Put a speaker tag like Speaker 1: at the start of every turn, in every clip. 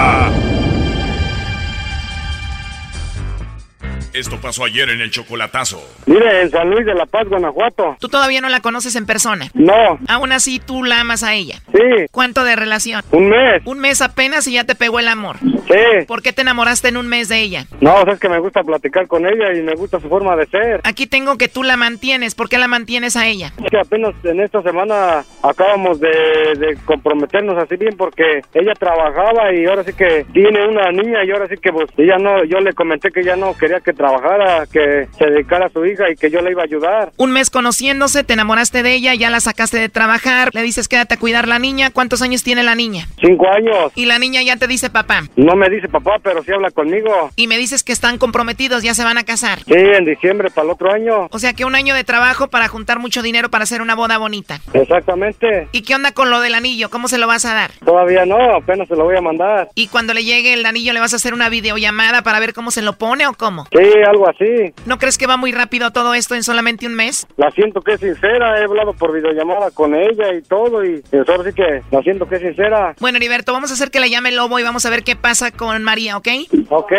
Speaker 1: Esto pasó ayer en el chocolatazo.
Speaker 2: Mire, en San Luis de la Paz, Guanajuato.
Speaker 3: Tú todavía no la conoces en persona.
Speaker 2: No,
Speaker 3: Aún así, tú la amas a ella.
Speaker 2: sí,
Speaker 3: ¿Cuánto de relación?
Speaker 2: un mes,
Speaker 3: Un mes apenas y ya te pegó el amor.
Speaker 2: sí.
Speaker 3: ¿Por qué te enamoraste en un mes de ella?
Speaker 2: No, es que me gusta platicar con ella y me gusta su forma de ser.
Speaker 3: Aquí tengo que tú la mantienes. ¿Por qué la mantienes a ella?
Speaker 2: Es que apenas en esta semana acabamos de, de comprometernos así bien porque ella trabajaba y ahora sí que tiene una niña y ahora sí que pues ella no, yo le comenté que ya no quería que trabajara, que se dedicara a su hija y que yo le iba a ayudar.
Speaker 3: Un mes conociéndose, te enamoraste de ella, ya la sacaste de trabajar, le dices quédate a cuidar la niña. ¿Cuántos años tiene la niña?
Speaker 2: Cinco años.
Speaker 3: Y la niña ya te dice papá.
Speaker 2: No me dice papá, pero sí habla conmigo.
Speaker 3: Y me dices que están comprometidos, ya se van a casar.
Speaker 2: Sí, en diciembre para el otro año.
Speaker 3: O sea que un año de trabajo para juntar mucho dinero para hacer una boda bonita.
Speaker 2: Exactamente.
Speaker 3: ¿Y qué onda con lo del anillo? ¿Cómo se lo vas a dar?
Speaker 2: Todavía no, apenas se lo voy a mandar.
Speaker 3: Y cuando le llegue el anillo, ¿le vas a hacer una videollamada para ver cómo se lo pone o cómo?
Speaker 2: Sí, algo así.
Speaker 3: ¿No crees que va muy rápido todo esto en solamente un mes?
Speaker 2: La siento que es sincera, he hablado por videollamada con ella y todo, y eso ahora sí que la siento que es sincera.
Speaker 3: Bueno, Heriberto, vamos a hacer que le llame Lobo y vamos a ver qué pasa con María, ¿ok?
Speaker 2: Ok.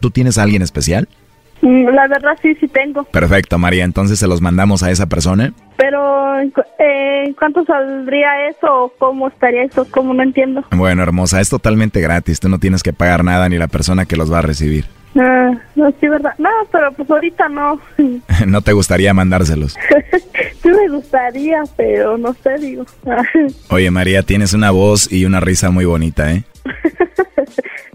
Speaker 4: ¿Tú tienes a alguien especial?
Speaker 5: Mm, La verdad sí, sí tengo.
Speaker 4: Perfecto, María. Entonces se los mandamos a esa persona.
Speaker 5: Pero ¿en cu- eh, ¿en ¿cuánto saldría eso o cómo estaría eso? ¿Cómo no entiendo?
Speaker 4: Bueno, hermosa, es totalmente gratis. Tú no tienes que pagar nada ni la persona que los va a recibir.
Speaker 5: Ah, no, sí, verdad. No, pero pues ahorita no. Sí
Speaker 4: no te gustaría mandárselos.
Speaker 5: me gustaría, pero no sé, digo.
Speaker 4: Oye, María, tienes una voz y una risa muy bonita, ¿eh?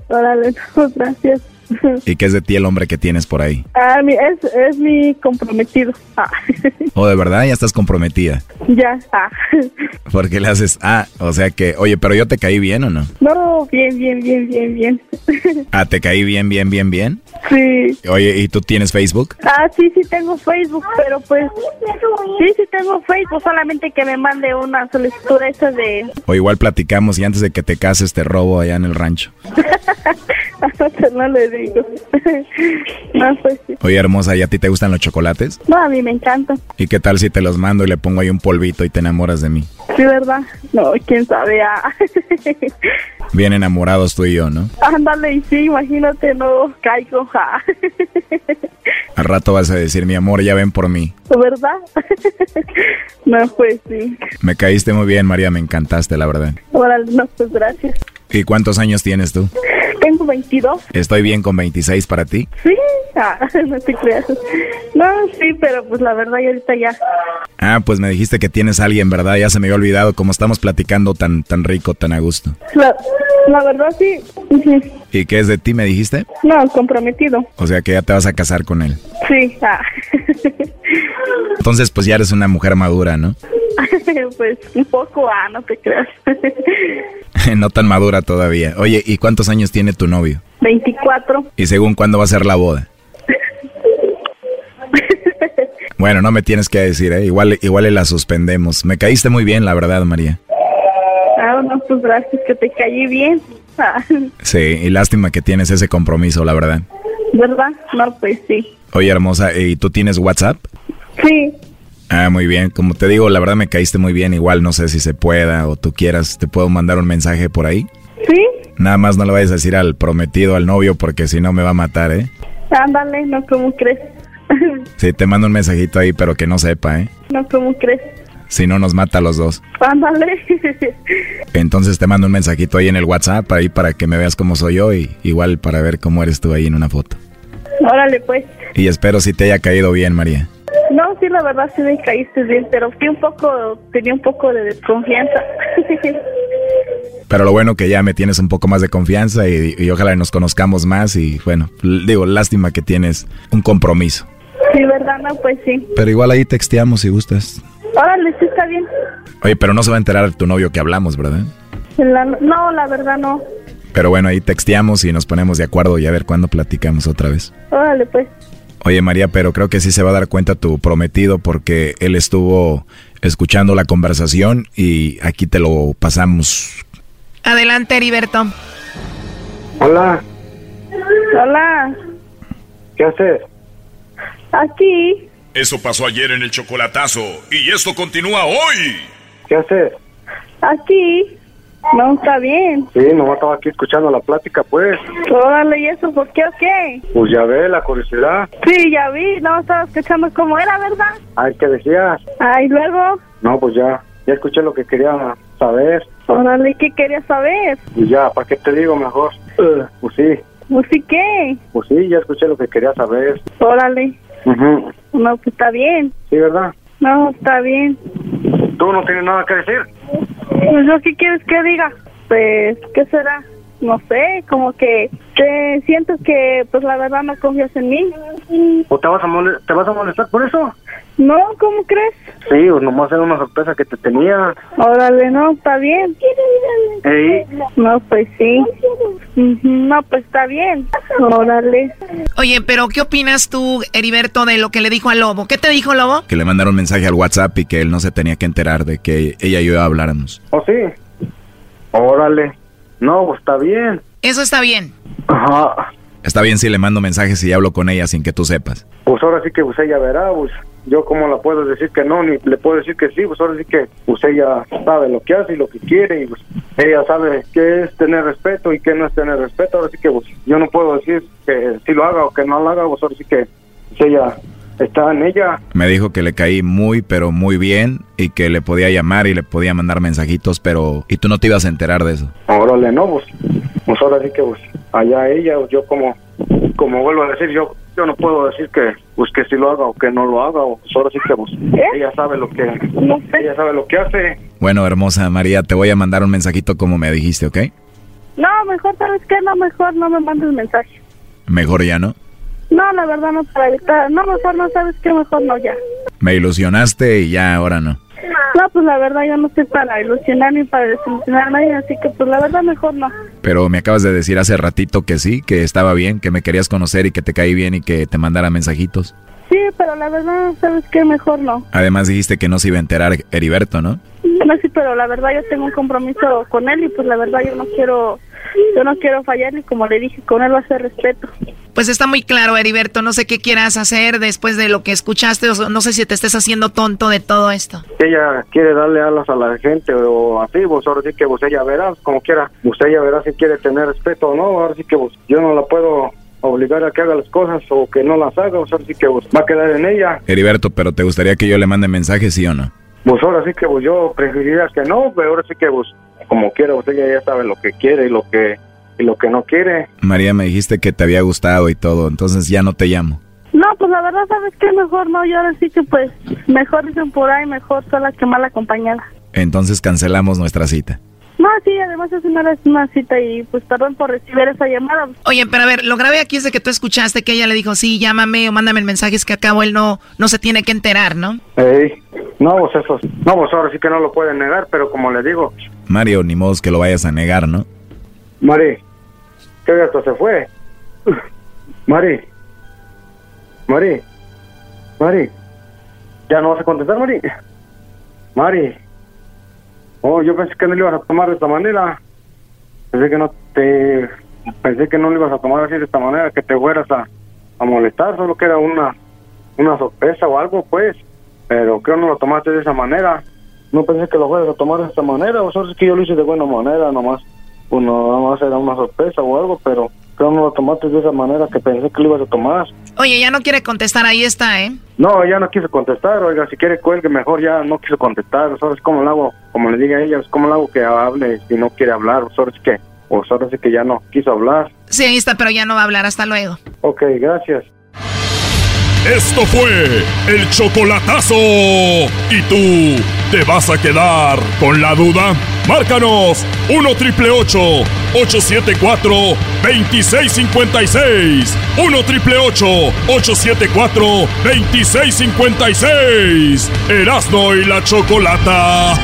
Speaker 5: Órale, no, gracias.
Speaker 4: ¿Y qué es de ti el hombre que tienes por ahí?
Speaker 5: Ah, mi, es, es mi comprometido. Ah,
Speaker 4: ¿O Oh, de verdad ya estás comprometida?
Speaker 5: ya. Ah.
Speaker 4: Porque le haces, ah, o sea que, oye, pero yo te caí bien o no?
Speaker 5: No, bien, bien, bien, bien, bien.
Speaker 4: Ah, te caí bien, bien, bien, bien.
Speaker 5: Sí.
Speaker 4: Oye, ¿y tú tienes Facebook?
Speaker 5: Ah, sí, sí tengo Facebook, pero pues... Sí, sí tengo Facebook, solamente que me mande una solicitud esa de...
Speaker 4: O igual platicamos y antes de que te cases te robo allá en el rancho.
Speaker 5: no le digo. no, pues sí.
Speaker 4: Oye, hermosa, ¿y a ti te gustan los chocolates?
Speaker 5: No, a mí me encanta.
Speaker 4: ¿Y qué tal si te los mando y le pongo ahí un polvito y te enamoras de mí?
Speaker 5: Sí, ¿verdad? No, quién sabe. ah.
Speaker 4: Bien enamorados tú y yo, ¿no?
Speaker 5: Ándale, y sí, imagínate, no caigo. ah.
Speaker 4: Al rato vas a decir, mi amor, ya ven por mí.
Speaker 5: ¿Verdad? no, pues sí.
Speaker 4: Me caíste muy bien, María, me encantaste, la verdad.
Speaker 5: Órale, no, pues gracias.
Speaker 4: ¿Y cuántos años tienes tú?
Speaker 5: Tengo 22.
Speaker 4: Estoy bien con 26 para ti.
Speaker 5: Sí, ah, no te creas. No, sí, pero pues la verdad, yo ahorita ya.
Speaker 4: Ah, pues me dijiste que tienes a alguien, ¿verdad? Ya se me había olvidado como estamos platicando tan, tan rico, tan a gusto.
Speaker 5: La, la verdad, sí. Ujú.
Speaker 4: ¿Y qué es de ti, me dijiste?
Speaker 5: No, comprometido.
Speaker 4: O sea que ya te vas a casar con él.
Speaker 5: Sí, ah.
Speaker 4: Entonces, pues ya eres una mujer madura, ¿no?
Speaker 5: pues un poco, ah, no te creas.
Speaker 4: no tan madura todavía. Oye, ¿y cuántos años tiene tu novio?
Speaker 5: 24.
Speaker 4: ¿Y según cuándo va a ser la boda? Bueno, no me tienes que decir, ¿eh? Igual, igual y la suspendemos. Me caíste muy bien, la verdad, María.
Speaker 5: Ah, no, pues gracias que te caí bien. Ah,
Speaker 4: Sí, y lástima que tienes ese compromiso, la verdad.
Speaker 5: ¿Verdad? No, pues sí.
Speaker 4: Oye, hermosa, ¿y tú tienes WhatsApp?
Speaker 5: Sí,
Speaker 4: Ah, muy bien. Como te digo, la verdad me caíste muy bien. Igual no sé si se pueda o tú quieras. ¿Te puedo mandar un mensaje por ahí?
Speaker 5: sí.
Speaker 4: Nada más no le vayas a decir al prometido, al novio, porque si no me va a matar, ¿eh?
Speaker 5: Ándale, no, ¿cómo crees?
Speaker 4: Sí, te mando un mensajito ahí, pero que no sepa, ¿eh?
Speaker 5: no, ¿cómo crees?
Speaker 4: Si no, nos mata a los dos.
Speaker 5: Ándale.
Speaker 4: Entonces te mando un mensajito ahí en el WhatsApp, ahí para que me veas cómo soy yo y igual para ver cómo eres tú ahí en una foto.
Speaker 5: Órale, pues.
Speaker 4: Y espero si te haya caído bien, María.
Speaker 5: No, sí, la verdad sí me caíste bien, pero fui un poco, tenía un poco de desconfianza.
Speaker 4: Pero lo bueno que ya me tienes un poco más de confianza y, y ojalá nos conozcamos más y bueno, l- digo, lástima que tienes un compromiso.
Speaker 5: Sí, ¿verdad? No, pues sí.
Speaker 4: Pero igual ahí texteamos si gustas.
Speaker 5: Órale, sí está bien.
Speaker 4: Oye, pero no se va a enterar tu novio que hablamos, ¿verdad?
Speaker 5: La- no, la verdad no.
Speaker 4: Pero bueno, ahí texteamos y nos ponemos de acuerdo y a ver cuándo platicamos otra vez.
Speaker 5: Órale, pues.
Speaker 4: Oye María, pero creo que sí se va a dar cuenta tu prometido porque él estuvo escuchando la conversación y aquí te lo pasamos.
Speaker 3: Adelante, Heriberto.
Speaker 2: Hola,
Speaker 5: Hola,
Speaker 2: ¿qué haces?
Speaker 5: aquí,
Speaker 1: Eso pasó ayer en el chocolatazo y esto continúa hoy.
Speaker 2: ¿Qué haces?
Speaker 5: aquí. No, está bien.
Speaker 2: Sí, nomás estaba aquí escuchando la plática, pues.
Speaker 5: Órale, ¿y eso por qué o qué?
Speaker 2: Pues ya ve la curiosidad.
Speaker 5: Sí, ya vi, no, estaba escuchando cómo era, ¿verdad?
Speaker 2: Ay, ¿qué decías?
Speaker 5: Ay, luego,
Speaker 2: No, pues ya, ya escuché lo que quería saber.
Speaker 5: órale, ¿qué querías saber?
Speaker 2: Pues ya, ¿para qué te digo mejor? Eh, Pues sí,
Speaker 5: Pues sí, ¿qué?
Speaker 2: pues sí, ya escuché lo que quería saber.
Speaker 5: Órale,
Speaker 2: Ujú.
Speaker 5: no, pues está bien.
Speaker 2: Sí, ¿verdad?
Speaker 5: No, está bien.
Speaker 2: Tú no tienes nada que decir.
Speaker 5: Pues yo, ¿qué quieres que diga? Pues, ¿qué será? No sé, como que, que siento que, pues la verdad no confías en mí.
Speaker 2: ¿O te vas a, mole- te vas a molestar por eso?
Speaker 5: No, ¿cómo crees?
Speaker 2: Sí, pues nomás era una sorpresa que te tenía.
Speaker 5: Órale, no, está bien.
Speaker 2: Ey,
Speaker 5: No, pues sí. Ujú, No, pues está bien. Órale.
Speaker 3: Oye, pero ¿qué opinas tú, Heriberto, de lo que le dijo al lobo? ¿Qué te dijo lobo?
Speaker 4: Que le mandaron mensaje al WhatsApp y que él no se tenía que enterar de que ella y yo habláramos.
Speaker 2: ¿o sí? Órale. No, pues está bien.
Speaker 3: Eso está bien.
Speaker 2: Ajá.
Speaker 4: Está bien si le mando mensajes y hablo con ella sin que tú sepas.
Speaker 2: Pues ahora sí que pues ella verá, pues yo como la puedo decir que no, ni le puedo decir que sí, pues ahora sí que pues ella sabe lo que hace y lo que quiere y pues ella sabe qué es tener respeto y qué no es tener respeto, ahora sí que pues yo no puedo decir que si lo haga o que no lo haga, pues ahora sí que pues, ella está en ella.
Speaker 4: Me dijo que le caí muy, pero muy bien y que le podía llamar y le podía mandar mensajitos, pero... Y tú no te ibas a enterar de eso.
Speaker 2: Órale, no, pues, pues ahora sí que pues allá ella, pues, yo como como vuelvo a decir, yo yo no puedo decir que pues que si lo haga o que no lo haga, pues ahora sí que pues ella sabe lo que
Speaker 5: ¿Eh? No sé.
Speaker 2: ella sabe lo que hace.
Speaker 4: Bueno, hermosa María, te voy a mandar un mensajito como me dijiste, ¿ok?
Speaker 5: No, mejor, ¿sabes qué? No, mejor no me mandes mensaje.
Speaker 4: Mejor ya, ¿no?
Speaker 5: No, la verdad no para evitar. No, mejor no, ¿sabes qué? Mejor no ya.
Speaker 4: Me ilusionaste y ya ahora no.
Speaker 5: No, pues la verdad yo no estoy para ilusionar ni para desilusionar a nadie, así que pues la verdad mejor no.
Speaker 4: Pero me acabas de decir hace ratito que sí, que estaba bien, que me querías conocer y que te caí bien y que te mandara mensajitos.
Speaker 5: Sí, pero la verdad, ¿sabes qué? Mejor no.
Speaker 4: Además dijiste que no se iba a enterar Heriberto, ¿no?
Speaker 5: No, sí, pero la verdad yo tengo un compromiso con él y pues la verdad yo no quiero, yo no quiero fallar y como le dije, con él va a ser respeto.
Speaker 3: Pues está muy claro, Heriberto. No sé qué quieras hacer después de lo que escuchaste. o No sé si te estés haciendo tonto de todo esto.
Speaker 2: ella quiere darle alas a la gente o así, vos ahora sí que vos ella verá, como quiera, vos ella verá si quiere tener respeto o no, ahora sí que vos, yo no la puedo obligar a que haga las cosas o que no las haga, vos ahora sí que vos va a quedar en ella,
Speaker 4: Heriberto, pero ¿te gustaría que yo le mande mensajes, sí o no?
Speaker 2: vos Pues ahora sí que vos yo preferiría que no, pero ahora sí que vos, como quiera, vos ella ya sabe lo que quiere y lo que y lo que no quiere,
Speaker 4: María, me dijiste que te había gustado y todo, entonces ya no te llamo.
Speaker 5: No, pues la verdad, ¿sabes qué? Mejor no, yo ahora sí que pues, mejor dicen por ahí, mejor sola que mal acompañada.
Speaker 4: Entonces cancelamos nuestra cita.
Speaker 5: No, sí, además es una, es una cita y pues perdón por recibir esa llamada.
Speaker 3: Oye, pero a ver, lo grave aquí es de que tú escuchaste que ella le dijo, sí, llámame o mándame el mensaje, es que acabo él no, no se tiene que enterar, ¿no?
Speaker 2: Ey, no vos eso, no vos ahora sí que no lo pueden negar, pero como le digo,
Speaker 4: Mario, ni modo que lo vayas a negar, ¿no?
Speaker 2: Mari, ¿qué gato se fue? Mari, Mari, Mari, ¿ya no vas a contestar, Mari? Mari, oh, yo pensé que no le ibas a tomar de esta manera. Pensé que no te. Pensé que no le ibas a tomar así de esta manera, que te fueras a, a molestar, solo que era una, una sorpresa o algo, pues. Pero creo no lo tomaste de esa manera. No pensé que lo fueras a tomar de esta manera, o solo es que yo lo hice de buena manera nomás. pues no, vamos a hacer una sorpresa o algo, pero tú no lo tomaste de esa manera que pensé que lo ibas a tomar.
Speaker 3: Oye, ya no quiere contestar, ahí está, ¿eh?
Speaker 2: No, ya no quiso contestar, oiga, si quiere cuelgue mejor, ya no quiso contestar, ¿sabes cómo lo hago? Como le diga a ella, ¿cómo lo hago que hable si no quiere hablar? ¿Sabes qué? Pues ahora sí que ya no quiso hablar.
Speaker 3: Sí, ahí está, pero ya no va a hablar, hasta luego.
Speaker 2: Ok, gracias.
Speaker 1: Esto fue el chocolatazo. ¿Y tú te vas a quedar con la duda? Márcanos 1 triple 874 2656. 1 triple 874 2656. Erasno y la chocolata.